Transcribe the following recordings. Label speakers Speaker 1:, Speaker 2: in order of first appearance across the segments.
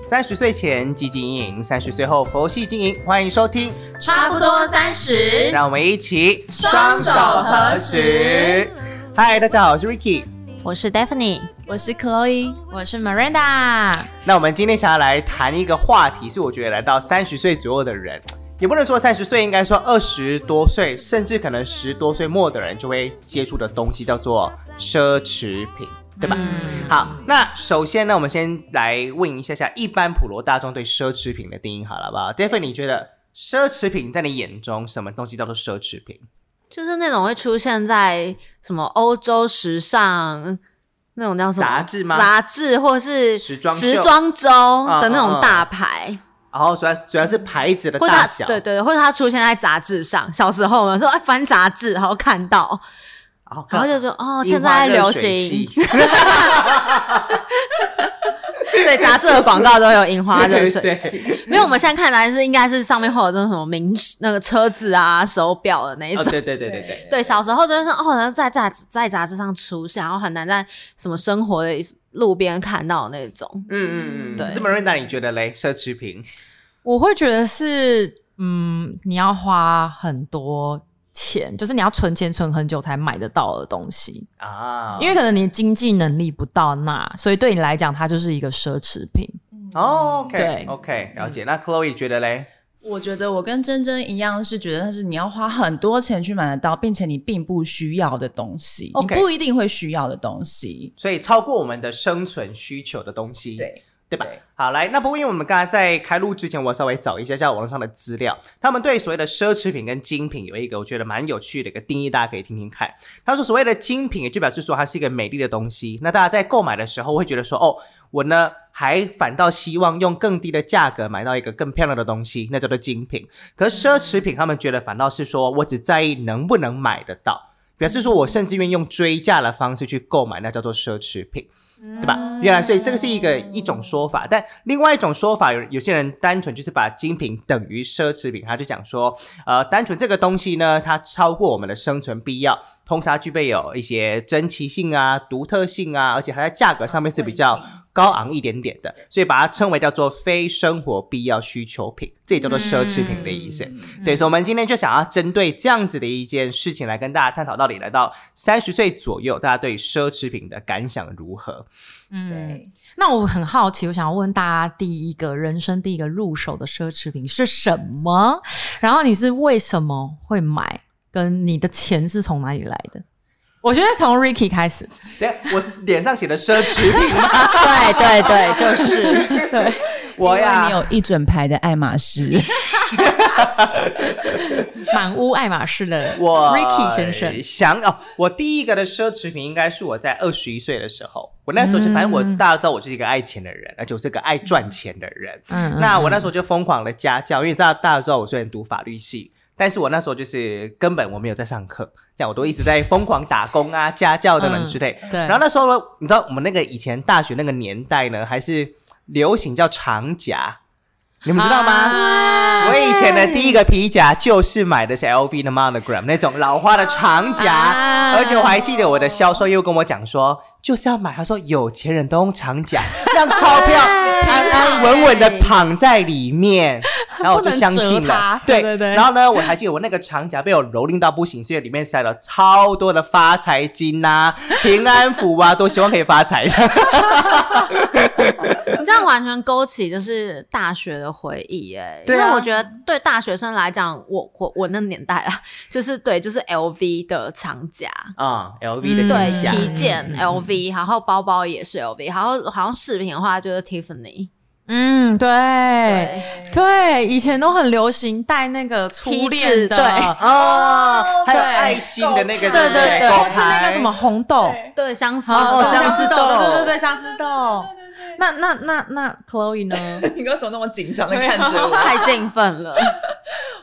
Speaker 1: 三十岁前积极经营，三十岁后佛系经营。欢迎收听，
Speaker 2: 差不多三十，
Speaker 1: 让我们一起
Speaker 2: 双手合十。
Speaker 1: 嗨，大家好，我是 Ricky。
Speaker 2: 我是 Daphne，
Speaker 3: 我是 Chloe，
Speaker 2: 我是 Miranda，
Speaker 1: 那我们今天想要来谈一个话题，是我觉得来到三十岁左右的人，也不能说三十岁，应该说二十多岁，甚至可能十多岁末的人就会接触的东西，叫做奢侈品，对吧？
Speaker 3: 嗯
Speaker 1: 好，那首先呢，我们先来问一下下一般普罗大众对奢侈品的定义，好了，好不好 d a v i d 你觉得奢侈品在你眼中什么东西叫做奢侈品？
Speaker 3: 就是那种会出现在什么欧洲时尚那种叫什么
Speaker 1: 杂志吗
Speaker 3: 杂志或者是
Speaker 1: 时装秀嗯
Speaker 3: 时装周的那种大牌，
Speaker 1: 然后主要主要是牌子的
Speaker 3: 或者
Speaker 1: 大
Speaker 3: 它
Speaker 1: 小，
Speaker 3: 对对对，或者它出现在杂志上。小时候嘛，说哎翻杂志，然后看到，
Speaker 1: 然后
Speaker 3: 然后就说哦，
Speaker 1: 嗯
Speaker 3: 现
Speaker 1: 樱花
Speaker 3: 在流
Speaker 1: 热水
Speaker 3: 行
Speaker 1: 器，
Speaker 3: 对杂志的广告都有樱花热
Speaker 1: 对
Speaker 3: 水器。没有，我们现在看来是应该是上面会有那种什么名那个车子啊、手表的那一
Speaker 1: 哦，
Speaker 3: 种。
Speaker 1: 对对对对对。
Speaker 3: 对，小时候就是说哦，好像在杂在杂志上出现，然后很难在什么生活的路边看到那种。
Speaker 1: 嗯 嗯嗯，
Speaker 3: 对
Speaker 1: 是 Miranda，你觉得嘞？奢侈品
Speaker 4: 我会觉得是，嗯，你要花很多钱，就是你要存钱存很久才买得到的东西，
Speaker 1: 啊，
Speaker 4: 因为可能你经济能力不到那，所以对你来讲，它就是一个奢侈品。
Speaker 1: 哦，OK
Speaker 4: 对
Speaker 1: OK，了解。那 Chloe 觉得嘞？
Speaker 5: 我觉得我跟珍珍一样，是觉得它是你要花很多钱去买得到，并且你并不需要的东西
Speaker 1: OK
Speaker 5: 你不一定会需要的东西。
Speaker 1: 所以超过我们的生存需求的东西，
Speaker 5: 对，
Speaker 1: 对吧
Speaker 5: 对？
Speaker 1: 好，来，那不过因为我们刚才在开录之前，我稍微找一下下网络上的资料，他们对所谓的奢侈品跟精品有一个我觉得蛮有趣的一个定义，大家可以听听看。他说，所谓的精品，也就表示说它是一个美丽的东西。那大家在购买的时候会觉得说，哦，我呢还反倒希望用更低的价格买到一个更漂亮的东西，那叫做精品。可是奢侈品，他们觉得反倒是说我只在意能不能买得到。表示说，我甚至愿意用追价的方式去购买，那叫做奢侈品。对吧？原来，所以这个是一个一种说法，但另外一种说法，有有些人单纯就是把精品等于奢侈品，他就讲说，呃，单纯这个东西呢，它超过我们的生存必要，通常具备有一些珍奇性啊、独特性啊，而且它在价格上面是比较高昂一点点的，所以把它称为叫做非生活必要需求品，这也叫
Speaker 4: 嗯
Speaker 1: 做奢侈品的意思。对，所以我们今天就想要针对这样子的一件事情来跟大家探讨，到底来到三十岁左右，大家对奢侈品的感想如何？
Speaker 4: 嗯，那我很好奇，我想要问大家，第一个人生第一个入手的奢侈品是什么？然后你是为什么会买？跟你的钱是从哪里来的？我觉得从 Ricky 开始，
Speaker 1: 对，我是脸上写的奢侈 品吗？
Speaker 3: 对对对，就是。
Speaker 1: 我
Speaker 5: 因为你
Speaker 1: 呀，
Speaker 5: 有一整排的爱马仕，
Speaker 4: 满屋爱马仕的
Speaker 1: 我
Speaker 4: Ricky 先生，
Speaker 1: 想哦，我第一个的奢侈品应该是我在二十一岁的时候，我那时候就反正
Speaker 4: 嗯
Speaker 1: 我大家知道我是一个爱钱的人，而且我是个爱赚钱的人。
Speaker 4: 嗯嗯
Speaker 1: 那我那时候就疯狂的家教，因为大家大家知道我虽然读法律系，但是我那时候就是根本我没有在上课，这样我都一直在疯狂打工啊、家教等等之类。
Speaker 4: 对，
Speaker 1: 然后那时候呢，你知道我们那个以前大学那个年代呢，还是流行叫长夹，你们知道吗？
Speaker 4: 啊
Speaker 1: 我以前的第一个皮夹就是买的是 LV 的 Monogram 那种老花的长夹，
Speaker 4: 啊
Speaker 1: 而且我还记得我的销售又跟我讲说，就是要买，他说有钱人都用长 夹，让钞票安安稳稳的躺在里 面，然后我就相信
Speaker 4: 不能折
Speaker 1: 了
Speaker 4: 它，对对对
Speaker 1: 然后呢，我还记得我那个长夹被我蹂躏到不行，是因为里面塞了超多的发财金 呐、平安符啊，都希望可以发财的。
Speaker 3: 你这样完全勾起就是大学的回忆耶、
Speaker 1: 对啊
Speaker 3: 因为我觉得对大学生来讲，我我我那年代啊，就是对，就是 LV 的长夹。
Speaker 1: 啊、l
Speaker 4: 嗯
Speaker 1: 嗯 v 的
Speaker 3: 对
Speaker 1: 皮夹，
Speaker 3: 皮件 LV，然后包包也是 LV，然后好像饰品的话就是 Tiffany，
Speaker 4: 嗯，对
Speaker 3: 对，
Speaker 4: 对，以前都很流行戴那个初恋
Speaker 3: 梯
Speaker 4: 的，
Speaker 3: 子
Speaker 1: 哦，还有
Speaker 4: 对
Speaker 1: 爱心的那个，
Speaker 3: 对
Speaker 1: 不
Speaker 3: 对对
Speaker 1: 狗
Speaker 4: 是那
Speaker 1: 牌
Speaker 4: 个什么红豆，
Speaker 3: 对，相思
Speaker 1: 哦
Speaker 3: 豆
Speaker 1: 相思豆
Speaker 4: 对对对，相思豆。那那那那 Chloe 呢？
Speaker 5: 你为什么那么紧张的看着我？
Speaker 3: 太兴奋了，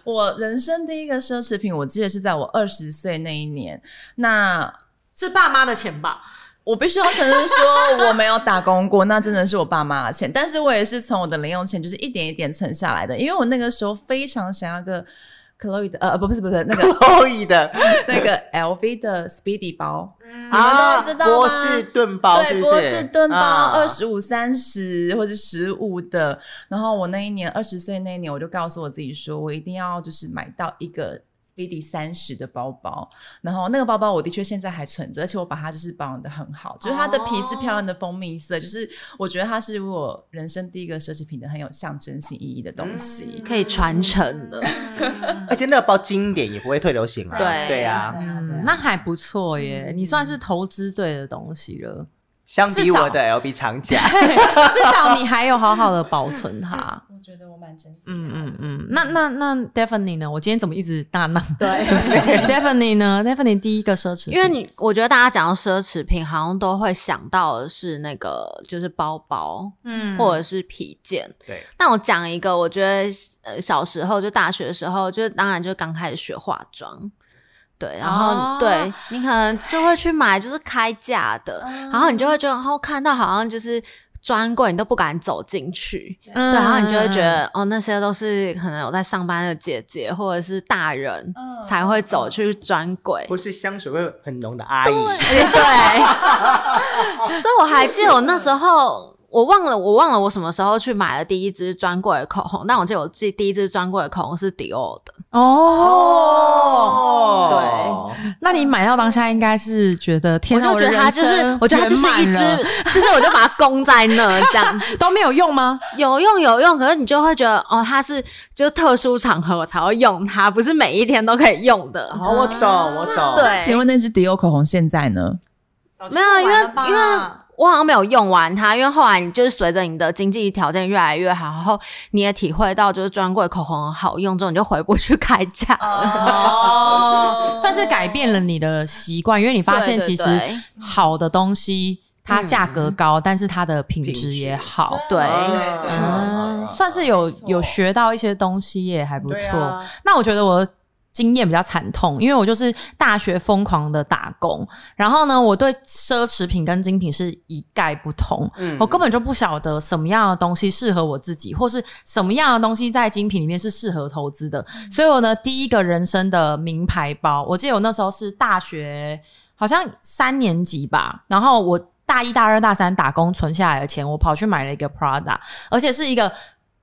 Speaker 5: 我人生第一个奢侈品，我记得是在我二十岁那一年。那
Speaker 4: 是爸妈的钱吧？
Speaker 5: 我必须要承认说，我没有打工过，那真的是我爸妈的钱。但是我也是从我的零用钱，就是一点一点存下来的，因为我那个时候非常想要个 Chloe 的呃不不是不是那个
Speaker 1: 后羿的
Speaker 5: 那个 LV 的 Speedy 包，嗯你们
Speaker 1: 啊，
Speaker 5: 都知道吗
Speaker 1: 波士顿包是
Speaker 5: 对，
Speaker 1: 不
Speaker 5: 波
Speaker 1: 是？
Speaker 5: 士顿包嗯二
Speaker 1: 啊
Speaker 5: 十五、三十或者十五的。然后我那一年二十岁那一年，我就告诉我自己说，我一定要就是买到一个 Speedy 三十的包包。然后那个包包我的确现在还存着，而且我把它就是保养的很好，就是它的皮是漂亮的蜂蜜色，就是我觉得它是我人生第一个奢侈品的很有象征性意义的东西。
Speaker 3: 可以传承的。
Speaker 1: 而且那个包经典也不会退流行啊。
Speaker 3: 对
Speaker 1: 对啊，
Speaker 4: 嗯，那还不错耶，你算是投资对的东西 了，
Speaker 1: 相比
Speaker 4: 至少
Speaker 1: 我的 LV 长甲，
Speaker 4: 至少你还有好好的保存它。
Speaker 5: 我觉得我蛮珍惜。
Speaker 4: 嗯嗯嗯，那那那 Stephanie 呢？我今天怎么一直大 闹？
Speaker 3: 对
Speaker 4: ，Stephanie 呢？Stephanie 第一个奢侈品，
Speaker 3: 因为你，我觉得大家讲到奢侈品，好像都会想到的是那个就是包包，
Speaker 2: 嗯
Speaker 3: 或者是皮件。
Speaker 1: 对，
Speaker 3: 那我讲一个，我觉得呃小时候就大学的时候，就当然就刚开始学化妆，对，然后、
Speaker 4: 哦
Speaker 3: 对你可能就会去买就是开价的，然后你就会觉得，然后看到好像就是。专柜你都不敢走进去，
Speaker 4: 嗯，
Speaker 3: 对，
Speaker 4: 对
Speaker 3: 然后你就会觉得哦，那些都是可能有在上班的姐姐或者是大人
Speaker 5: 嗯
Speaker 3: 才会走去专柜，
Speaker 1: 不是香水味很浓的阿姨，
Speaker 3: 对， 所以我还记得我那时候，我忘了，我忘了我什么时候去买了第一支专柜的口红，但我记得我自己第一支专柜的口红是迪奥的，
Speaker 4: 哦，
Speaker 1: 哦，
Speaker 4: 那你买到当下应该是觉得天
Speaker 3: 我
Speaker 4: 啊，
Speaker 3: 就觉得它就是，我觉得它就是一
Speaker 4: 只
Speaker 3: 支，就是我就把它供在那这样子，
Speaker 4: 都没有用吗？
Speaker 3: 有用有用，可是你就会觉得哦，它是就是特殊场合我才会用它，不是每一天都可以用的。
Speaker 1: 好，我懂，哦
Speaker 5: 嗯
Speaker 1: 我懂，
Speaker 3: 对
Speaker 5: 请问那支迪欧口红现在呢？
Speaker 3: 没有，因为因为我好像没有用完它，因为后来你就是随着你的经济条件越来越好，然后你也体会到就是专柜口红好用之后，你就回不去开价了。
Speaker 5: 哦
Speaker 4: 算是改变了你的习惯，因为你发现
Speaker 3: 对对
Speaker 4: 其实
Speaker 3: 对嗯
Speaker 4: 好的东西它价格高，但是它的品质也
Speaker 1: 哦
Speaker 4: 好。
Speaker 3: 对
Speaker 5: 对
Speaker 4: 嗯，算是有有学到一些东西耶，还不
Speaker 1: 对
Speaker 4: 错。
Speaker 1: 啊
Speaker 4: 那我觉得我的经验比较惨痛，因为我就是大学疯狂的打工，然后呢，我对奢侈品跟精品是一概不同。
Speaker 1: 嗯
Speaker 4: 我根本就不晓得什么样的东西适合我自己，或是什么样的东西在精品里面是适合投资的。
Speaker 1: 嗯
Speaker 4: 所以我呢，第一个人生的名牌包，我记得我那时候是大学好像三年级吧，然后我大一、大二、大三打工存下来的钱，我跑去买了一个 Prada，而且是一个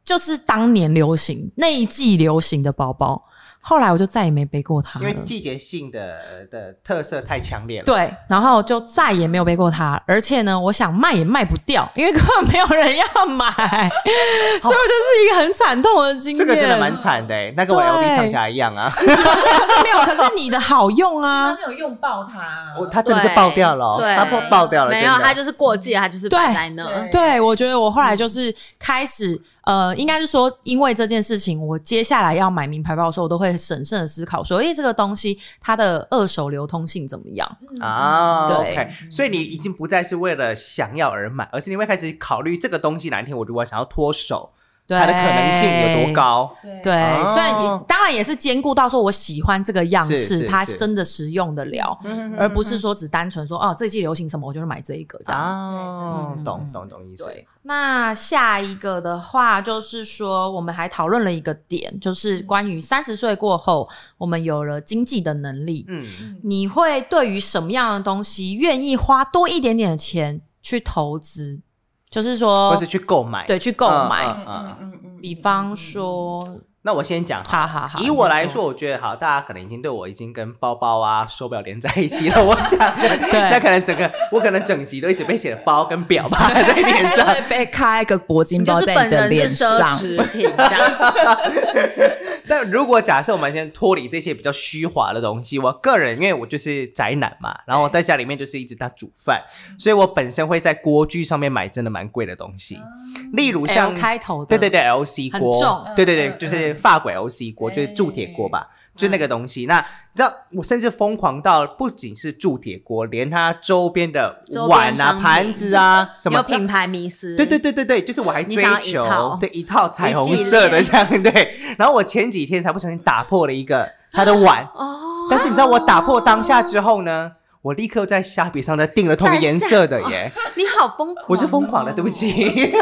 Speaker 4: 就是当年流行那一季流行的包包。后来我就再也没背过它
Speaker 1: 因
Speaker 4: 了
Speaker 1: 为。季节性的呃的特色太强烈了，
Speaker 4: 对，然后就再也没有背过它，而且呢，我想卖也卖不掉，因为根本没有人要买，所以我就是一个很惨痛的经
Speaker 1: 哦
Speaker 4: 验。
Speaker 1: 这个真的蛮惨的欸，那跟我
Speaker 4: 对
Speaker 1: LV 长甲一样 啊，
Speaker 4: 可是没有，可是你的好用啊
Speaker 5: 他，啊没有用爆它，
Speaker 1: 我它真的是爆掉了哦，
Speaker 3: 对，
Speaker 1: 它爆爆掉了，
Speaker 3: 没
Speaker 1: 真
Speaker 3: 有，
Speaker 1: 的
Speaker 3: 它就是过季了，它就是摆在那。
Speaker 1: 哎
Speaker 5: 对
Speaker 4: 对，我觉得我后来就是开始，呃，应该是说，因为这件事情，我接下来要买名牌包的时候，我都会审慎的思考，说，诶、这个东西它的二手流通性怎么样？
Speaker 5: 嗯
Speaker 1: 啊
Speaker 4: 嗯对
Speaker 1: ，OK，所以你已经不再是为了想要而买，而是你会开始考虑这个东西哪一天我如果想要脱手，
Speaker 4: 对
Speaker 1: 它的可能性有多？高？
Speaker 5: 对
Speaker 4: 对，
Speaker 1: 哦
Speaker 4: 虽然也当然也是兼顾到说我喜欢这个样
Speaker 1: 是是
Speaker 4: 式，它
Speaker 1: 是
Speaker 4: 真的实用的了，
Speaker 1: 嗯
Speaker 4: 而不是说只单纯说哦这季流行什么我就是买这一个这样。
Speaker 1: 啊，
Speaker 4: 对
Speaker 1: 懂
Speaker 4: 嗯
Speaker 1: 懂懂意思。
Speaker 4: 对，那下一个的话就是说，我们还讨论了一个点，
Speaker 1: 嗯
Speaker 4: 就是关于三十岁过后，我们有了经济的能力，
Speaker 1: 嗯，
Speaker 4: 你会对于什么样的东西愿意花多一点点的钱去投资？就是说
Speaker 1: 或，是去购买，
Speaker 4: 哦对，去购
Speaker 1: 嗯
Speaker 4: 买。
Speaker 1: 嗯嗯
Speaker 5: 嗯嗯
Speaker 4: 比方说，
Speaker 1: 那我先讲好
Speaker 4: 哈
Speaker 1: 了，
Speaker 4: 哈哈，
Speaker 1: 以我
Speaker 4: 你先
Speaker 1: 来说，，我觉得好，大家可能已经对我已经跟包包 啊、手表连在一起了。我想， 那可能整个我可能整集都一直被写的包跟表 吧在脸上。
Speaker 5: 会被开一个铂金
Speaker 3: 你就
Speaker 5: 包
Speaker 3: 是
Speaker 5: 在
Speaker 3: 本
Speaker 5: 你的
Speaker 3: 人
Speaker 5: 脸
Speaker 3: 是奢
Speaker 5: 上。
Speaker 3: 侈品这样，
Speaker 1: 但如果假设我们先脱离这些比较虚华的东西，我个人因为我就是宅男嘛，然后我在家里面就是一直当煮饭，所以我本身会在锅具上面买真的蛮贵的东西，例如像
Speaker 4: L 开头的，
Speaker 1: 对对对，LC
Speaker 4: 很
Speaker 1: 锅
Speaker 4: 重，
Speaker 1: 对对对，
Speaker 5: 嗯
Speaker 1: 就是法国 LC 锅，就是铸铁锅吧，就那个东西。那你知道，我甚至疯狂到不仅是铸铁锅，连它周边的
Speaker 3: 周边
Speaker 1: 碗
Speaker 3: 商
Speaker 1: 啊、
Speaker 3: 品
Speaker 1: 盘子啊 什么
Speaker 3: 有。品牌迷思。
Speaker 1: 对对对对对，就是我还
Speaker 3: 你
Speaker 1: 追
Speaker 3: 想要一
Speaker 1: 求
Speaker 3: 套
Speaker 1: 对一套彩虹
Speaker 3: 一系
Speaker 1: 色的
Speaker 3: 列
Speaker 1: 这样 对，然后我前几天才不小心打破了一
Speaker 3: 啊
Speaker 1: 个它的碗，
Speaker 3: 哦，
Speaker 1: 但是你知道我打破当下之后呢，我立刻在虾皮上再订了同一个颜色的耶，
Speaker 3: 哦你好疯狂，
Speaker 1: 我是疯狂的，对不起。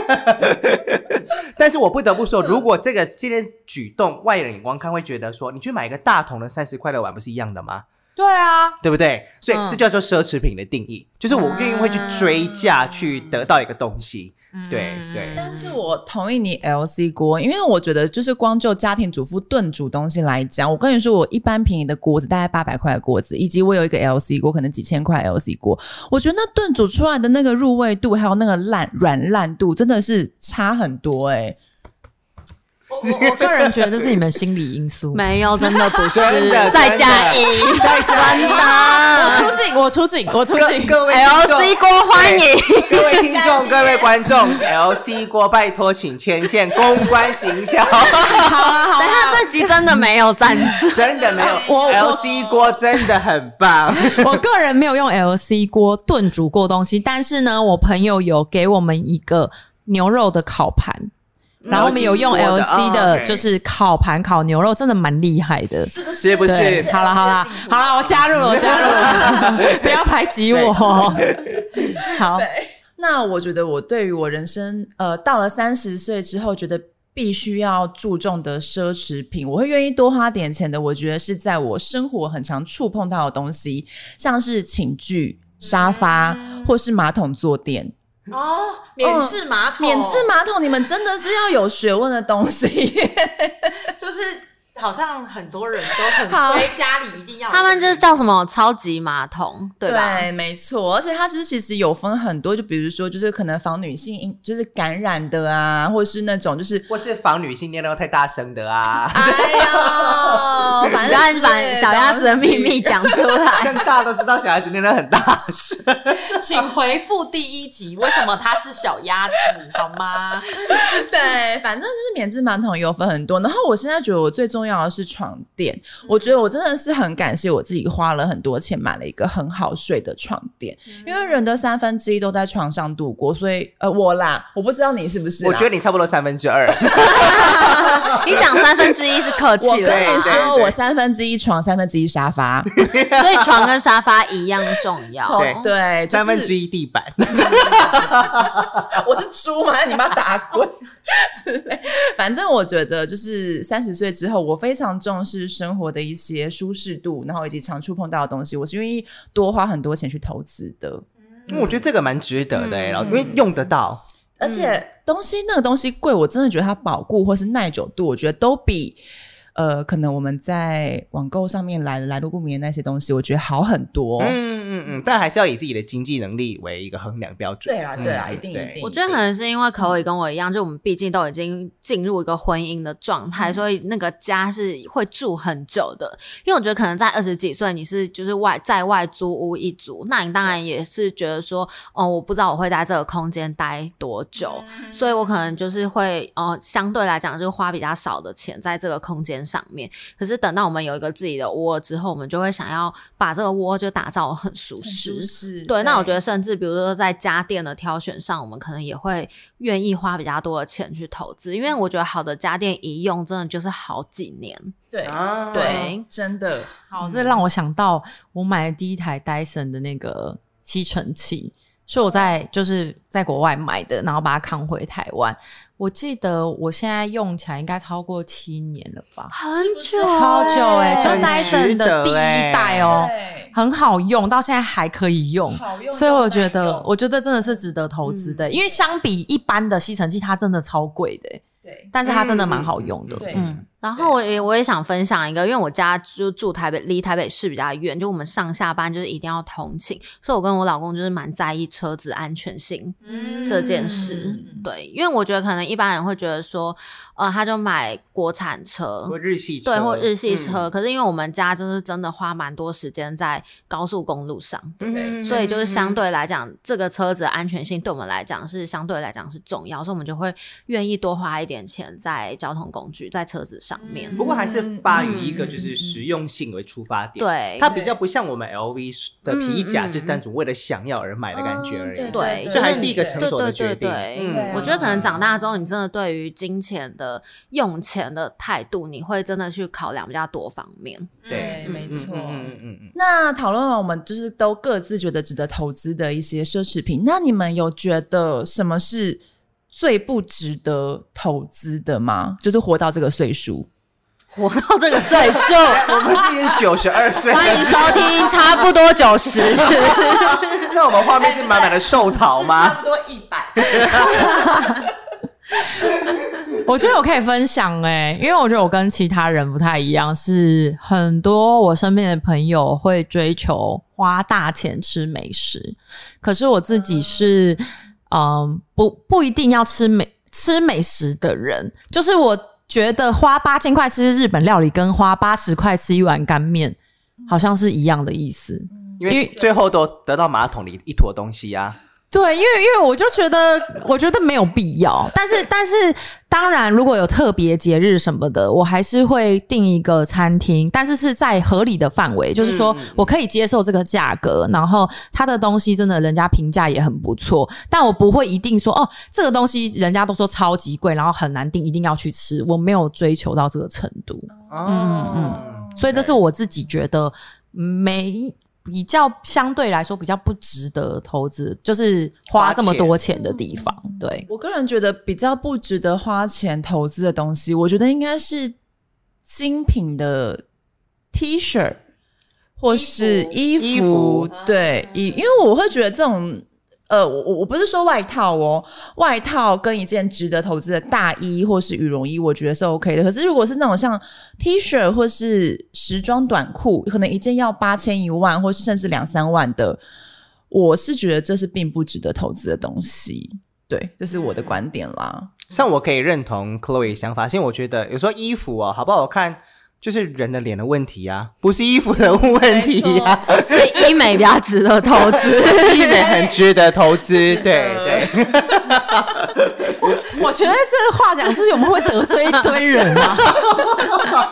Speaker 1: 但是我不得不说，如果这个这些举动，外人眼光看会觉得说，你去买一个大桶的三十块的碗，不是一样的吗？
Speaker 4: 对啊，
Speaker 1: 对不对？所以
Speaker 4: 嗯
Speaker 1: 这叫做奢侈品的定义，就是我愿意会去
Speaker 3: 啊
Speaker 1: 追价
Speaker 4: 嗯
Speaker 1: 去得到一个东西。对对
Speaker 5: 但是我同意你 LC 锅，因为我觉得就是光就家庭主妇炖煮东西来讲，我跟你说，我一般便宜的锅子大概八百块的锅子，以及我有一个 LC 锅，可能几千块 LC 锅，我觉得那炖煮出来的那个入味度，还有那个烂软烂度，真的是差很多哎、
Speaker 4: 我我个人觉得这是你们心理因 素。
Speaker 3: 哦没有，真的不是
Speaker 1: 真的，
Speaker 3: 再加一，
Speaker 1: 一， 再加一
Speaker 3: 真。的。
Speaker 4: 啊出镜，我出镜，我出
Speaker 1: 各各位听众
Speaker 3: LC 锅欢迎，
Speaker 1: 各位听众、各位观众，LC 锅拜托请牵线公关行 销，，
Speaker 5: 啊
Speaker 3: 等一下这集真的没有赞助
Speaker 1: 真的没有
Speaker 4: 我我
Speaker 1: ，LC 锅真的很棒。
Speaker 4: 我个人没有用 LC 锅炖煮过东西，但是呢，我朋友有给我们一个牛肉的烤盘。然后我们有用
Speaker 1: LC 嗯锅的
Speaker 4: LC
Speaker 1: 哦
Speaker 4: 的，
Speaker 1: ，OK
Speaker 4: 就是烤盘烤牛肉，真的蛮厉害的。
Speaker 5: 是不
Speaker 1: 是不是
Speaker 4: 对，好了好了好了，我加入了，我加入了， 不要排挤我。好，
Speaker 5: 那我觉得我对于我人生，呃，到了三十岁之后，觉得必须要注重的奢侈品，我会愿意多花点钱的。我觉得是在我生活很常触碰到的东西，像是寝具、沙发，
Speaker 3: 嗯
Speaker 5: 或是马桶坐垫。
Speaker 4: 哦，
Speaker 5: 免治
Speaker 4: 嗯马
Speaker 3: 哦
Speaker 5: 免治马桶，你们真的是要有学问的东西。
Speaker 4: 就是好像很多人都
Speaker 5: 好
Speaker 4: 很追家里一定要
Speaker 3: 他们就是叫什么超级马桶， 对吧？
Speaker 5: 没错，而且它就是其实有分很多，就比如说，就是可能防女性因就是感染的啊，或是那种就是
Speaker 1: 或是防女性尿尿太大声的啊，
Speaker 5: 哎呦，反
Speaker 3: 不要
Speaker 5: 正
Speaker 3: 把小鸭子的秘密讲出来。
Speaker 1: 更大都知道小孩子尿尿很大声。
Speaker 5: 啊
Speaker 4: 请回复第一集，为什么他是小鸭子，好吗？
Speaker 5: 对，反正就是免治马桶有分很多。然后我现在觉得我最重要的是床垫，我觉得我真的是很感谢我自己花了很多钱买了一个很好睡的床垫，因为人的三分之一都在床上度过，所以呃我啦，我不知道你是不是啦，
Speaker 1: 我觉得你差不多三分之 二，
Speaker 3: 你讲三分之一是客
Speaker 5: 我
Speaker 3: 气
Speaker 5: 跟
Speaker 3: 了啦，
Speaker 1: 对对
Speaker 5: 你说，
Speaker 1: 对
Speaker 5: 我三分之一床，三分之一沙发，
Speaker 3: 所以床跟沙发一样重要。
Speaker 1: 对
Speaker 5: 对，
Speaker 1: 三分之
Speaker 5: 一，
Speaker 1: 一地板。
Speaker 5: 嗯我是猪吗？你把我打滚 之类。反正我觉得，就是三十岁之后，我非常重视生活的一些舒适度，然后以及常触碰到的东西，我是愿意多花很多钱去投资的。
Speaker 1: 嗯我觉得这个蛮值得的
Speaker 5: 嗯
Speaker 1: 欸，老因为用得到。
Speaker 5: 而且东西那个东西贵，我真的觉得它保固或是耐久度，我觉得都比呃，可能我们在网购上面来来路不明的那些东西，我觉得好很多。
Speaker 1: 嗯嗯嗯，但还是要以自己的经济能力为一个衡量标准。
Speaker 5: 对啦，对啦，
Speaker 1: 嗯
Speaker 5: 一定一
Speaker 1: 对
Speaker 5: 定。
Speaker 3: 我觉得可能是因为可伟跟我一样，就我们毕竟都已经进入一个婚姻的状态，所以那个家是会住很久的。因为我觉得可能在二十几岁，你是就是外在外租屋一族，那你当然也是觉得说，哦，我不知道我会在这个空间待多久，所以我可能就是会，呃，相对来讲就花比较少的钱在这个空间上面。可是等到我们有一个自己的窝之后，我们就会想要把这个窝就打造得很舒适，
Speaker 5: 适
Speaker 3: 对，那我觉得甚至比如说在家电的挑选上，我们可能也会愿意花比较多的钱去投资，因为我觉得好的家电一用真的就是好几年。
Speaker 5: 对
Speaker 1: 啊，
Speaker 5: 对，真的
Speaker 4: 好，
Speaker 5: 嗯
Speaker 4: 这让我想到我买的第一台 Dyson 的那个吸尘器，是我在就是在国外买的，然后把它扛回台湾。我记得我现在用起来应该超过七年了吧，
Speaker 3: 很久
Speaker 5: 哦
Speaker 3: 欸
Speaker 4: 超久哎、就
Speaker 1: 很值
Speaker 4: Dyson 的第一代哦、
Speaker 5: 欸对，
Speaker 4: 很好用，到现在还可以用。
Speaker 5: 好用嗯
Speaker 4: 所以我觉得，我
Speaker 5: 我
Speaker 4: 觉得真的是值得投资的，因为相比一般的吸尘器，它真的超贵的、欸
Speaker 5: 对
Speaker 4: 但是它真的蛮好用的。
Speaker 5: 对
Speaker 4: 嗯，
Speaker 3: 然后我也我也想分享一个，因为我家就住台北，离台北市比较远，就我们上下班就是一定要通勤，所以我跟我老公就是蛮在意车子安全性
Speaker 5: 嗯
Speaker 3: 这件事。对，因为我觉得可能一般人会觉得说，呃，他就买国产车，
Speaker 1: 嗯或日系车，
Speaker 3: 对，或日系车。
Speaker 1: 嗯，
Speaker 3: 可是因为我们家就是真的花蛮多时间在高速公路上，
Speaker 1: 嗯
Speaker 5: 对
Speaker 3: 所以就是相对来讲，这个车子的安全性对我们来讲是相对来讲是重要，所以我们就会愿意多花一点钱在交通工具、在车子上面。
Speaker 1: 嗯不过还
Speaker 4: 嗯
Speaker 1: 是发于一个就是实用性为出发点。
Speaker 3: 对，
Speaker 1: 它比较不像我们 LV 的皮夹，
Speaker 3: 嗯嗯
Speaker 1: 就是单纯为了想要而买的感觉而已。
Speaker 5: 嗯
Speaker 3: 对，
Speaker 1: 这还是
Speaker 3: 就
Speaker 1: 一个成熟的决定
Speaker 3: 对对对
Speaker 1: 嗯
Speaker 3: 对
Speaker 5: 对啊
Speaker 3: 我觉得可能长大之后，你真的对于金钱的用钱的态度，你会真的去考量比较多方面。
Speaker 1: 对
Speaker 5: 对，没
Speaker 1: 嗯
Speaker 5: 错。
Speaker 1: 嗯嗯嗯嗯。
Speaker 5: 那讨论完，我们就是都各自觉得值得投资的一些奢侈品。那你们有觉得什么是最不值得投资的吗？就是活到这个岁数，
Speaker 3: 活到这个 岁数，
Speaker 1: 我们是已经九十二岁了，
Speaker 3: 欢迎收听，差不多九十。
Speaker 1: 那我们画面是满满的寿桃吗？
Speaker 5: 不多一百。
Speaker 4: 我觉得我可以分享哎、因为我觉得我跟其他人不太一样，是很多我身边的朋友会追求花大钱吃美食，可是我自己是，嗯，不不一定要吃美吃美食的人，就是我觉得花八千块吃日本料理跟花八十块吃一碗干面好像是一样的意思。
Speaker 1: 因为最后都得到马桶里一坨东西呀、
Speaker 4: 对，因为因为我就觉得，我觉得没有必要。但是但是，当然如果有特别节日什么的，我还是会订一个餐厅，但是是在合理的范围，就是说我可以接受这个价格，然后它的东西真的人家评价也很不错，但我不会一定说哦，这个东西人家都说超级贵，然后很难订，一定要去吃。我没有追求到这个程度，
Speaker 1: 啊。
Speaker 4: 嗯
Speaker 1: 嗯
Speaker 4: 所以这是我自己觉得没比较相对来说比较不值得投资，就是花这么多钱的地方。
Speaker 3: 嗯
Speaker 4: 对，
Speaker 5: 我个人觉得比较不值得花钱投资的东西，我觉得应该是精品的 T 恤或是衣服，嗯
Speaker 1: 衣服
Speaker 5: 对，以因为我会觉得这种。呃，我我我不是说外套哦，外套跟一件值得投资的大衣或是羽绒衣，我觉得是 OK 的。可是如果是那种像 T 恤或是时装短裤，可能一件要八千一万，或是甚至两三万的，我是觉得这是并不值得投资的东西。对，这是我的观点啦。
Speaker 1: 像我可以认同 Chloe 想法，因为我觉得有时候衣服哦，好不好看，就是人的脸的问题呀、不是衣服的问题啊呀、
Speaker 3: 所以医美比较值得投资。
Speaker 1: 医美很值得投资，对对。
Speaker 4: 我觉得这话讲出去，我们会得罪一堆人啊。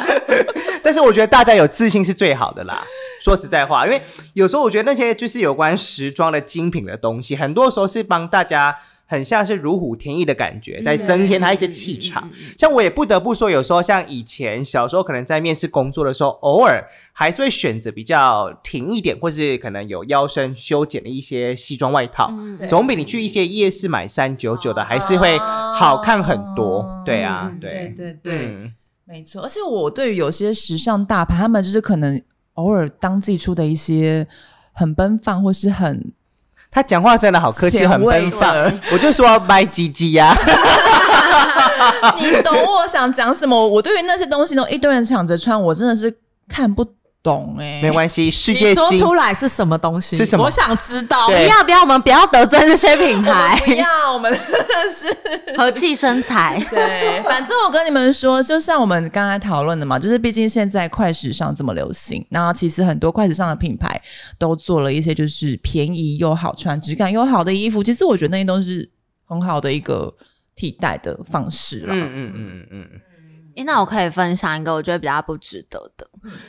Speaker 1: 但是我觉得大家有自信是最好的啦。说实在话，因为有时候我觉得那些就是有关时装的精品的东西，很多时候是帮大家。很像是如虎添翼的感觉，
Speaker 3: 嗯
Speaker 1: 在增添它一些气场。像我也不得不说，有时候像以前小时候，可能在面试工作的时候，偶尔还是会选择比较挺一点，或是可能有腰身修剪的一些西装外套，
Speaker 3: 嗯
Speaker 1: 总比你去一些夜市买三九九的还是会好看很多。
Speaker 5: 哦
Speaker 1: 对啊，
Speaker 5: 嗯
Speaker 1: 对
Speaker 5: 对对，
Speaker 1: 嗯，
Speaker 5: 没错。而且我对于有些时尚大牌，他们就是可能偶尔当季出的一些很奔放或是很
Speaker 1: 他讲话真的好客气，
Speaker 5: 前
Speaker 1: 很
Speaker 5: 卫
Speaker 1: 奔放
Speaker 5: 对。
Speaker 1: 我就说掰鸡鸡啊呀，啊
Speaker 5: 你懂我想讲什么？我对于那些东西呢，一堆人抢着穿，我真的是看不懂哎、
Speaker 1: 没关系，世
Speaker 4: 你
Speaker 1: 界
Speaker 4: 说
Speaker 1: 金
Speaker 4: 出来是什么东西？
Speaker 1: 是什么
Speaker 4: 我想知道。
Speaker 3: 不
Speaker 1: 对
Speaker 3: 要不要，我们不要得罪这些品牌，
Speaker 5: 不要，我们是
Speaker 3: 和气生财。
Speaker 5: 对，反正我跟你们说，就像我们刚才讨论的嘛，就是毕竟现在快时尚这么流行，然后其实很多快时尚的品牌都做了一些就是便宜又好穿、质感又好的衣服。其实我觉得那些都是很好的一个替代的方式啦。
Speaker 1: 嗯嗯嗯嗯嗯，
Speaker 3: 诶那我可以分享一个我觉得比较不值得的，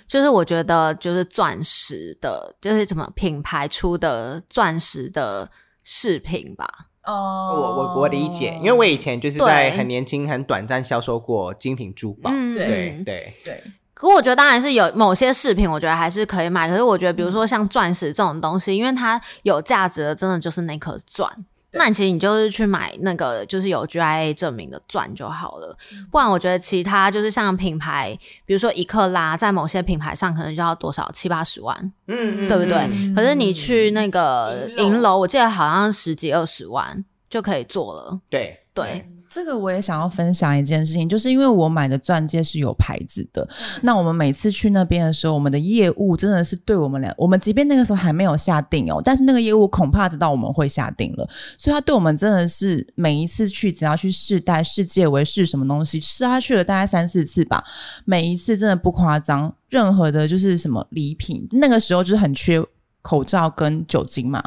Speaker 3: 就是我觉得就是钻石的，就是什么品牌出的钻石的饰品吧。
Speaker 5: 哦
Speaker 1: 我我我理解，因为我以前就是在
Speaker 3: 对
Speaker 1: 很年轻、很短暂销售过精品珠宝。
Speaker 3: 嗯，
Speaker 1: 对
Speaker 3: 嗯。
Speaker 1: 对，
Speaker 5: 对
Speaker 3: 可我觉得当然是有某些饰品，我觉得还是可以买。可是我觉得，比如说像钻石这种东西，因为它有价值的，真的就是那颗钻。那你其实你就是去买那个就是有 GIA 证明的钻就好了，不然我觉得其他就是像品牌，比如说一克拉，在某些品牌上可能就要多少七八十万，
Speaker 1: 嗯
Speaker 3: 对不对？
Speaker 1: 嗯
Speaker 3: 可是你去那个
Speaker 5: 银楼
Speaker 3: 银楼，我记得好像十几二十万就可以做了。
Speaker 1: 对，
Speaker 3: 对，
Speaker 5: 这个我也想要分享一件事情，就是因为我买的钻戒是有牌子的。那我们每次去那边的时候，我们的业务真的是对我们俩，我们即便那个时候还没有下定哦，但是那个业务恐怕知道我们会下定了，所以他对我们真的是每一次去，只要去试戴世界为是什么东西，是他去了大概三四次吧，每一次真的不夸张，任何的就是什么礼品，那个时候就是很缺口罩跟酒精嘛，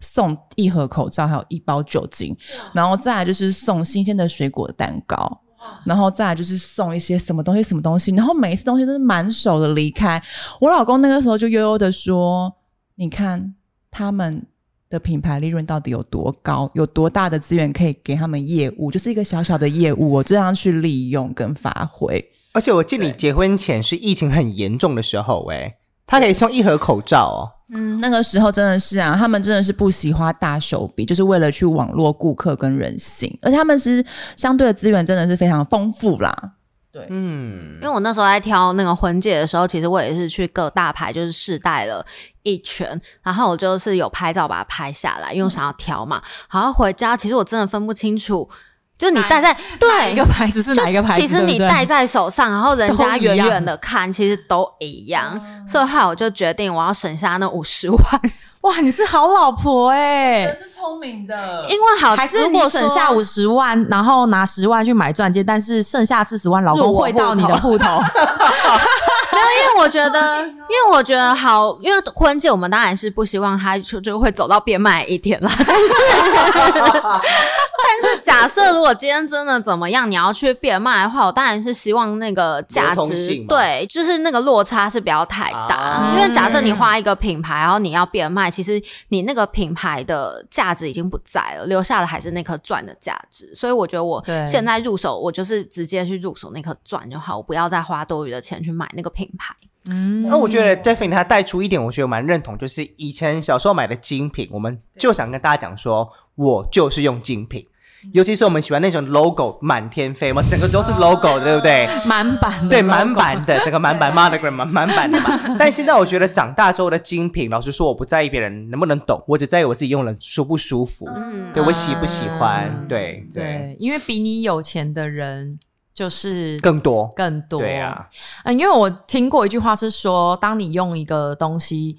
Speaker 5: 送一盒口罩还有一包酒精，然后再来就是送新鲜的水果蛋糕。然后再来就是送一些什么东西什么东西，然后每一次东西都是满手的离开。我老公那个时候就悠悠的说：“你看他们的品牌利润到底有多高，有多大的资源可以给他们业务，就是一个小小的业务，我这样去利用跟发挥。
Speaker 1: 而且我记得你结婚前是疫情很严重的时候，哎，它可以送一盒口罩哦。
Speaker 5: 嗯，那个时候真的是啊，他们真的是不惜花大手笔，就是为了去网络顾客跟人性，而且他们其实相对的资源真的是非常丰富啦。
Speaker 1: 嗯，
Speaker 3: 因为我那时候在挑那个婚戒的时候，其实我也是去各大牌就是试戴了一圈，然后我就是有拍照把它拍下来，因为我想要挑嘛。然后回家，其实我真的分不清楚，就是你戴在
Speaker 4: 哪
Speaker 3: 对
Speaker 4: 一个牌子是哪一个牌子？
Speaker 3: 其实你
Speaker 4: 对不对
Speaker 3: 戴在手上，然后人家
Speaker 4: 都一样哦
Speaker 3: 远远的看，其实都一样。所以后来我就决定我要省下那五十万，
Speaker 4: 哇，你是好老婆哎、
Speaker 5: 是聪明的
Speaker 3: 因为好
Speaker 4: 还是
Speaker 3: 呃如
Speaker 4: 你
Speaker 3: 果
Speaker 4: 省
Speaker 3: 说
Speaker 4: 下五十万，然后拿十万去买钻戒，但是剩下四十万老
Speaker 3: 入
Speaker 4: 公
Speaker 3: 我
Speaker 4: 汇到你的户头，
Speaker 3: 没有，因为我觉得，
Speaker 1: 哦
Speaker 3: 因为我觉得好，因为婚戒我们当然是不希望它就就会走到变卖一天啦。 但是， 但是假设如果今天真的怎么样，你要去变卖的话，我当然是希望那个价
Speaker 1: 流通
Speaker 3: 值
Speaker 1: 性嘛
Speaker 3: 对，就是那个落差是不要太大。
Speaker 1: 啊
Speaker 3: 因为假设你
Speaker 4: 嗯
Speaker 3: 花一个品牌，然后你要变卖，其实你那个品牌的价值已经不在了，留下的还是那颗钻的价值。所以我觉得我
Speaker 4: 对
Speaker 3: 现在入手，我就是直接去入手那颗钻就好，我不要再花多余的钱去买那个品牌。
Speaker 4: 嗯，
Speaker 1: 那我觉得 d e f i n 他带出一点，我觉得蛮认同，就是以前小时候买的精品，我们就想跟大家讲说，我就是用精品。
Speaker 3: 嗯
Speaker 1: 尤其是我们喜欢那种 logo 满天飞嘛，整个 都是 logo，对不对？
Speaker 4: 满版的
Speaker 1: 对，
Speaker 4: 老
Speaker 1: 满
Speaker 4: 公
Speaker 1: 版的整个满版 monogram 嘛满版的 嘛。但现在我觉得长大之后的精品，老实说，我不在意别人能不能懂，我只在意我自己用了舒不舒服，
Speaker 3: 嗯
Speaker 1: 对我喜不喜欢
Speaker 4: 嗯，
Speaker 1: 对对，
Speaker 4: 对，因为比你有钱的人就是
Speaker 1: 更多，
Speaker 4: 更多，
Speaker 1: 对啊，
Speaker 4: 嗯，因为我听过一句话是说，当你用一个东西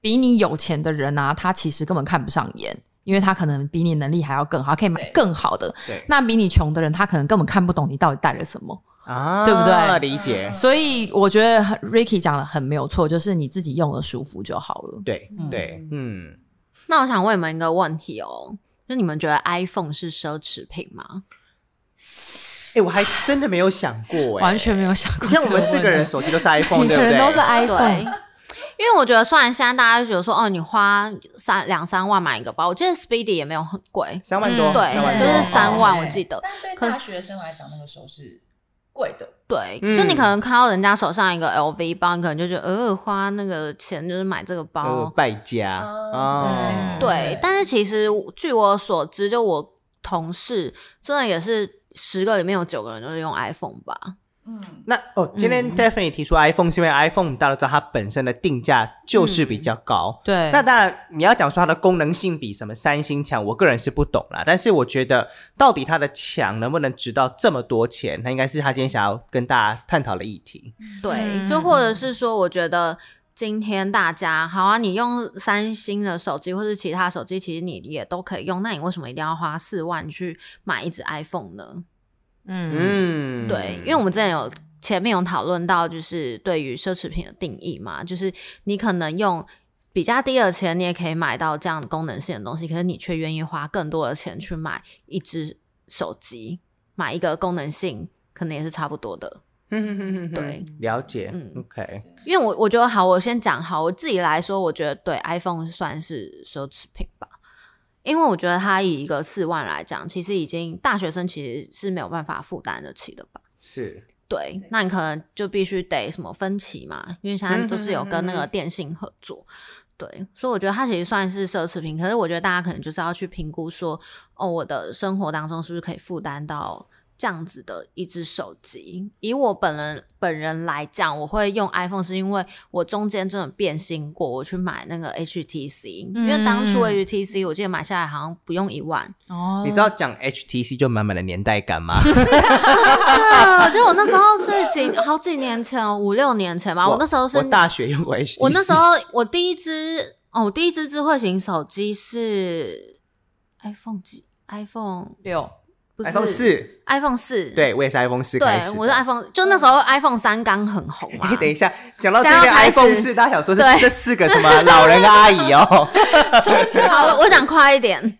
Speaker 4: 比你有钱的人啊，他其实根本看不上眼，因为他可能比你能力还要更好，可以买
Speaker 5: 对
Speaker 4: 更好的
Speaker 1: 对。
Speaker 4: 那比你穷的人，他可能根本看不懂你到底带了什么。
Speaker 1: 啊，
Speaker 4: 对不对
Speaker 1: 理解，
Speaker 4: 所以我觉得很 Ricky 讲的很没有错，就是你自己用的舒服就好了。
Speaker 1: 对对，嗯。
Speaker 3: 那我想问你们一个问题哦，就你们觉得 iPhone 是奢侈品吗？
Speaker 1: 哎、我还真的没有想过、哎，
Speaker 4: 完全没有想过
Speaker 1: 你
Speaker 4: 这
Speaker 1: 看
Speaker 4: 问题。
Speaker 1: 我们四个人手机都是 iPhone，
Speaker 4: 每
Speaker 1: 对
Speaker 4: 个
Speaker 1: 不对？
Speaker 4: 人都是
Speaker 3: 对
Speaker 4: iPhone，。
Speaker 3: 因为我觉得，虽然现在大家就觉得说，哦，你花三两三万买一个包，我记得 Speedy 也没有很贵，
Speaker 1: 三万多，
Speaker 4: 嗯
Speaker 3: 对
Speaker 1: 三万，
Speaker 3: 就
Speaker 1: 多，
Speaker 3: 是三万，
Speaker 5: 对
Speaker 3: 我记得，
Speaker 5: 但对
Speaker 3: 可是
Speaker 5: 大学生来讲，那个时候是贵的。
Speaker 3: 对，
Speaker 1: 嗯
Speaker 3: 就你可能看到人家手上一个 LV 包，你可能就觉得，呃，花那个钱就是买这个包，
Speaker 1: 呃，败家
Speaker 5: 哦
Speaker 1: 哦，
Speaker 5: 对
Speaker 3: 啊对，但是其实我据我所知，就我同事真的也是十个里面有九个人都是用 iPhone 吧。
Speaker 5: 嗯，
Speaker 1: 那哦，今天 Stephanie 提出 iPhone 是因为 iPhone 大家都知道它本身的定价就是比较高。
Speaker 3: 嗯
Speaker 4: 对，
Speaker 1: 那当然，你要讲说它的功能性比什么三星强，我个人是不懂啦。但是我觉得，到底它的强能不能值到这么多钱，那应该是他今天想要跟大家探讨的议题。
Speaker 3: 对，
Speaker 4: 嗯
Speaker 3: 就或者是说，我觉得今天大家好啊，你用三星的手机或是其他手机，其实你也都可以用，那你为什么一定要花四万去买一只 iPhone 呢？
Speaker 4: 嗯
Speaker 1: 嗯，
Speaker 3: 对，因为我们之前有前面有讨论到，就是对于奢侈品的定义嘛，就是你可能用。比较低的钱，你也可以买到这样功能性的东西，可是你却愿意花更多的钱去买一只手机，买一个功能性，可能也是差不多的。
Speaker 1: 们
Speaker 3: 对
Speaker 1: 嗯了解，嗯
Speaker 3: 嗯
Speaker 1: ，OK，
Speaker 3: 因为我我觉得好，我先讲好我自己来说，我觉得对 iPhone 算是奢侈品吧，因为我觉得它以一个四万来讲，其实已经大学生其实是没有办法负担得起的吧。
Speaker 1: 是，
Speaker 3: 对，那你可能就必须得什么分期嘛，因为现在都是有跟那个电信合作。对，所以我觉得它其实算是奢侈品，可是我觉得大家可能就是要去评估说，哦，我的生活当中是不是可以负担到这样子的一只手机？以我本人本人来讲，我会用 iPhone 是因为我中间真的变心过，我去买那个 HTC，、因为当初
Speaker 4: 嗯
Speaker 3: HTC 我记得买下来好像不用一万，
Speaker 4: 哦
Speaker 1: 你知道讲 HTC 就满满的年代感 吗？
Speaker 3: 对，啊 就我那时候是几好几年前，五六年前吧，我那时候是
Speaker 1: 我大学用过 HTC，
Speaker 3: 我那时候我第一只哦，我第一只智慧型手机是 iPhone 几？iPhone
Speaker 4: 六
Speaker 3: 不是
Speaker 1: iPhone 四，
Speaker 3: iPhone 四，
Speaker 1: 对我也是 iPhone 四
Speaker 3: 对
Speaker 1: 开始，的。
Speaker 3: 我是 iPhone，就那时候 iPhone 三刚很红嘛
Speaker 1: 哎、。 等一下，讲到这
Speaker 3: 讲
Speaker 1: 个
Speaker 3: 到开始
Speaker 1: iPhone 四，大家想说是
Speaker 3: 对
Speaker 1: 这四个什么老人跟阿姨哦，
Speaker 3: 好，我我想快一点。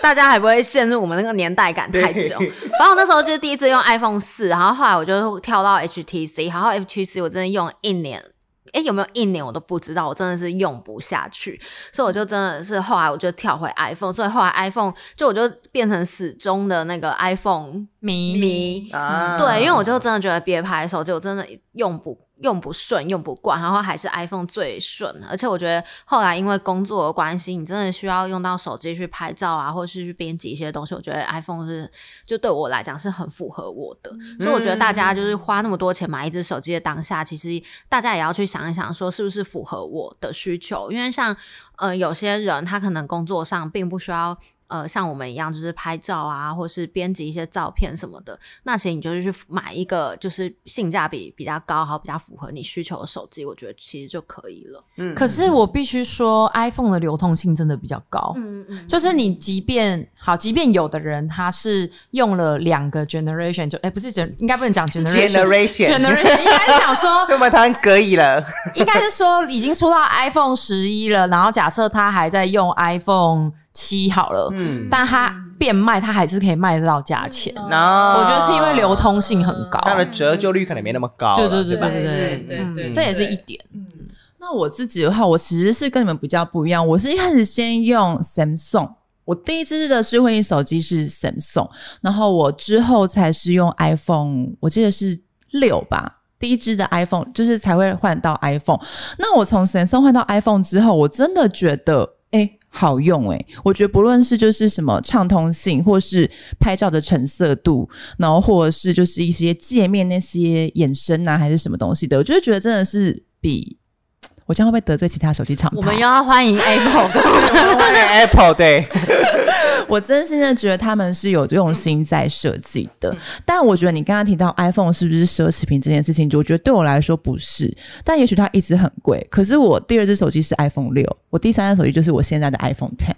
Speaker 3: 大家还不会陷入我们那个年代感 太久。反正我那时候就是第一次用 iPhone 四，然后后来我就跳到 HTC，然后 HTC 我真的用了一年，诶，有没有一年我都不知道，我真的是用不下去，所以我就真的是后来我就跳回 iPhone，所以后来 iPhone 就我就变成始终的那个 iPhone
Speaker 4: 迷
Speaker 3: 迷，
Speaker 1: 啊
Speaker 3: 对，因为我就真的觉得别牌手机我真的用不用不顺、用不惯，然后还是 iPhone 最顺。而且我觉得后来因为工作的关系，你真的需要用到手机去拍照啊，或者是去编辑一些东西。我觉得 iPhone 是就对我来讲是很符合我的，所以我觉得大家就是花那么多钱买一只手机的当下，其实大家也要去想一想，说是不是符合我的需求。因为像呃有些人他可能工作上并不需要。呃，像我们一样，就是拍照啊，或是编辑一些照片什么的，那其实你就是去买一个就是性价比比较高，好比较符合你需求的手机，我觉得其实就可以了。
Speaker 1: 嗯
Speaker 4: 可是我必须说，iPhone 的流通性真的比较高。
Speaker 3: 嗯嗯，
Speaker 4: 就是你，即便好，即便有的人他是用了两个 generation，就哎、不是 gen，应该不能讲 generation，generation
Speaker 1: generation，
Speaker 4: 应该是 讲说
Speaker 1: 对我们台湾可以了，
Speaker 4: 应该是说已经出到 iPhone 十一了，然后假设他还在用 iPhone 七好了，
Speaker 1: 嗯，
Speaker 4: 但他变卖，他还是可以卖得到价钱。
Speaker 2: 嗯
Speaker 1: 那
Speaker 4: 我觉得是因为流通性很高，
Speaker 1: 它的折旧率可能没那么高了，
Speaker 4: 对对对
Speaker 1: 吧？
Speaker 4: 对
Speaker 5: 对对
Speaker 4: 嗯
Speaker 5: 对
Speaker 4: 这也是一点。
Speaker 5: 那我自己的话，我其实是跟你们比较不一样。我是一开始先用 Samsung，我第一支的智慧型手机是 Samsung，然后我之后才是用 iPhone，我记得是六吧。第一支的 iPhone 就是才会换到 iPhone。那我从 Samsung 换到 iPhone 之后，我真的觉得，哎、好用哎、我觉得不论是就是什么畅通性，或是拍照的成色度，然后或者是就是一些界面那些衍生啊，还是什么东西的，我就是觉得真的是比我这样会不会得罪其他手机厂牌？啊
Speaker 3: 我们又要欢迎 Apple 跟
Speaker 1: 对 Apple 对，
Speaker 5: 我真心的觉得他们是有用心在设计的，但我觉得你刚刚提到 iPhone 是不是奢侈品这件事情，我觉得对我来说不是。但也许它一直很贵，可是我第二只手机是 iPhone 六，我第三只手机就是我现在的 iPhone Ten。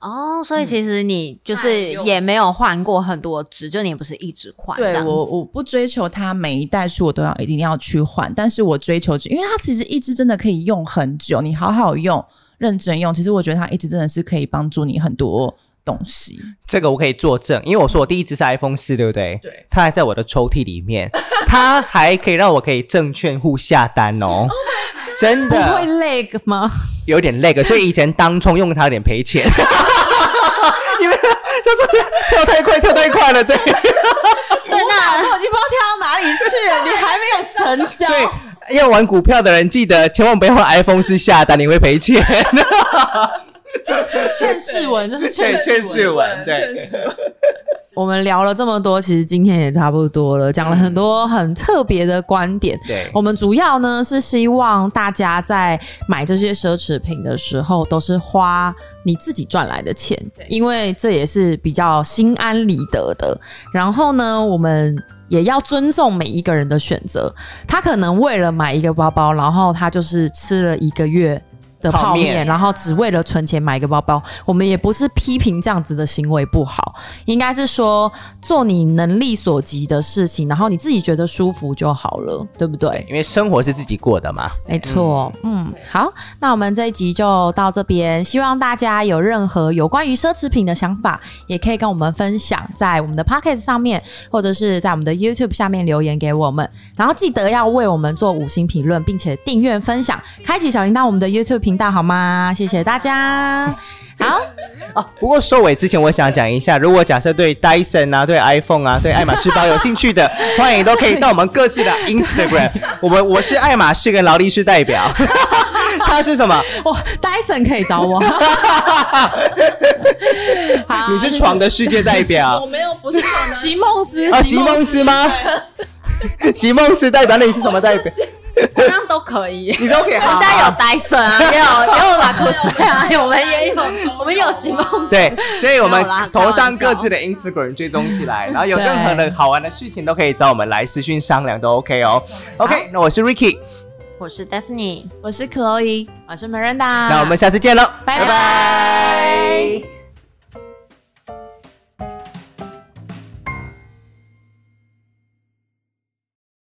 Speaker 3: 哦，所以其实你就是也没有换过很多只，就你也不是一直换这
Speaker 5: 对
Speaker 3: 样子。
Speaker 5: 我，我不追求它每一代数我都要一定要去换，但是我追求，因为它其实一支真的可以用很久，你好好用，认真用，其实我觉得它一支真的是可以帮助你很多东西。
Speaker 1: 这个我可以作证，因为我说我第一只是 iPhone 四，对不对？
Speaker 5: 对，
Speaker 1: 它还在我的抽屉里面， 它还可以让我可以证券户下单哦，真
Speaker 4: 不会
Speaker 1: 的
Speaker 4: 累吗？
Speaker 1: 有点累 个，所以以前当冲用它有点赔钱， 因为就说跳跳太快，跳太快 了，对。
Speaker 4: 真的，我已经不知道跳到哪里去 了，你还没有成交
Speaker 1: 所以要玩股票的人，记得千万不要用 iPhone 四下单，你会赔钱。
Speaker 4: 劝世文， 这是
Speaker 1: 对
Speaker 4: 劝世
Speaker 1: 劝
Speaker 4: 文。
Speaker 1: 世文，对，
Speaker 4: 我们聊了这么多，其实今天也差不多了，讲了很多很特别的观点。
Speaker 1: 对
Speaker 4: 我们主要呢是希望大家在买这些奢侈品的时候，都是花你自己赚来的钱，因为这也是比较心安理得的。然后呢，我们。也要尊重每一个人的选择，他可能为了买一个包包，然后他就是吃了一个月的泡
Speaker 1: 泡面
Speaker 4: 面，然后只为了存钱买一个包包。我们也不是批评这样子的行为不好，应该是说做你能力所及的事情，然后你自己觉得舒服就好了，对不对？
Speaker 1: 因为生活是自己过的嘛。
Speaker 4: 没错，嗯，好，那我们这一集就到这边。希望大家有任何有关于奢侈品的想法，也可以跟我们分享，在我们的 p o c k e t 上面，或者是在我们的 YouTube 下面留言给我们。然后记得要为我们做五星评论，并且订阅、分享、开启小铃铛，我们的 YouTube 频道好吗？谢谢大家。 好，
Speaker 1: 啊，不过收尾之前，我想讲一下，如果假设对 Dyson 啊、对 iPhone 啊、对爱马仕包有兴 趣的，欢迎都可以到我们各 自的 Instagram。我们我是爱马仕跟劳力士代表， 他是什么？
Speaker 4: 哇，Dyson 哦可以找 我。好，
Speaker 1: 你是床的世界代 表
Speaker 5: 没有，不是
Speaker 4: 席梦思
Speaker 1: 啊？席梦思吗？ 席梦思代表，那你是什么代表？
Speaker 3: 好像都可 以。
Speaker 1: 你都可以。
Speaker 3: 我
Speaker 1: 好
Speaker 3: 们
Speaker 1: 好
Speaker 3: 家有 Dyson 啊，也有也有拉库斯 啊，我们也有，我们有啊席梦思
Speaker 1: 对，所以我
Speaker 3: 没
Speaker 1: 们
Speaker 3: 有啦
Speaker 1: 头上
Speaker 3: 开
Speaker 1: 各
Speaker 3: 玩笑
Speaker 1: 自的 Instagram 追踪起 来，然后有任何的好玩的事情都可以找我们来私讯商量，都 OK 哦。OK，那我是 Ricky，
Speaker 3: 我是 Daphne。
Speaker 5: 我是 Chloe。
Speaker 4: 我是 Miranda，
Speaker 1: 那我们下次见喽，
Speaker 4: 拜拜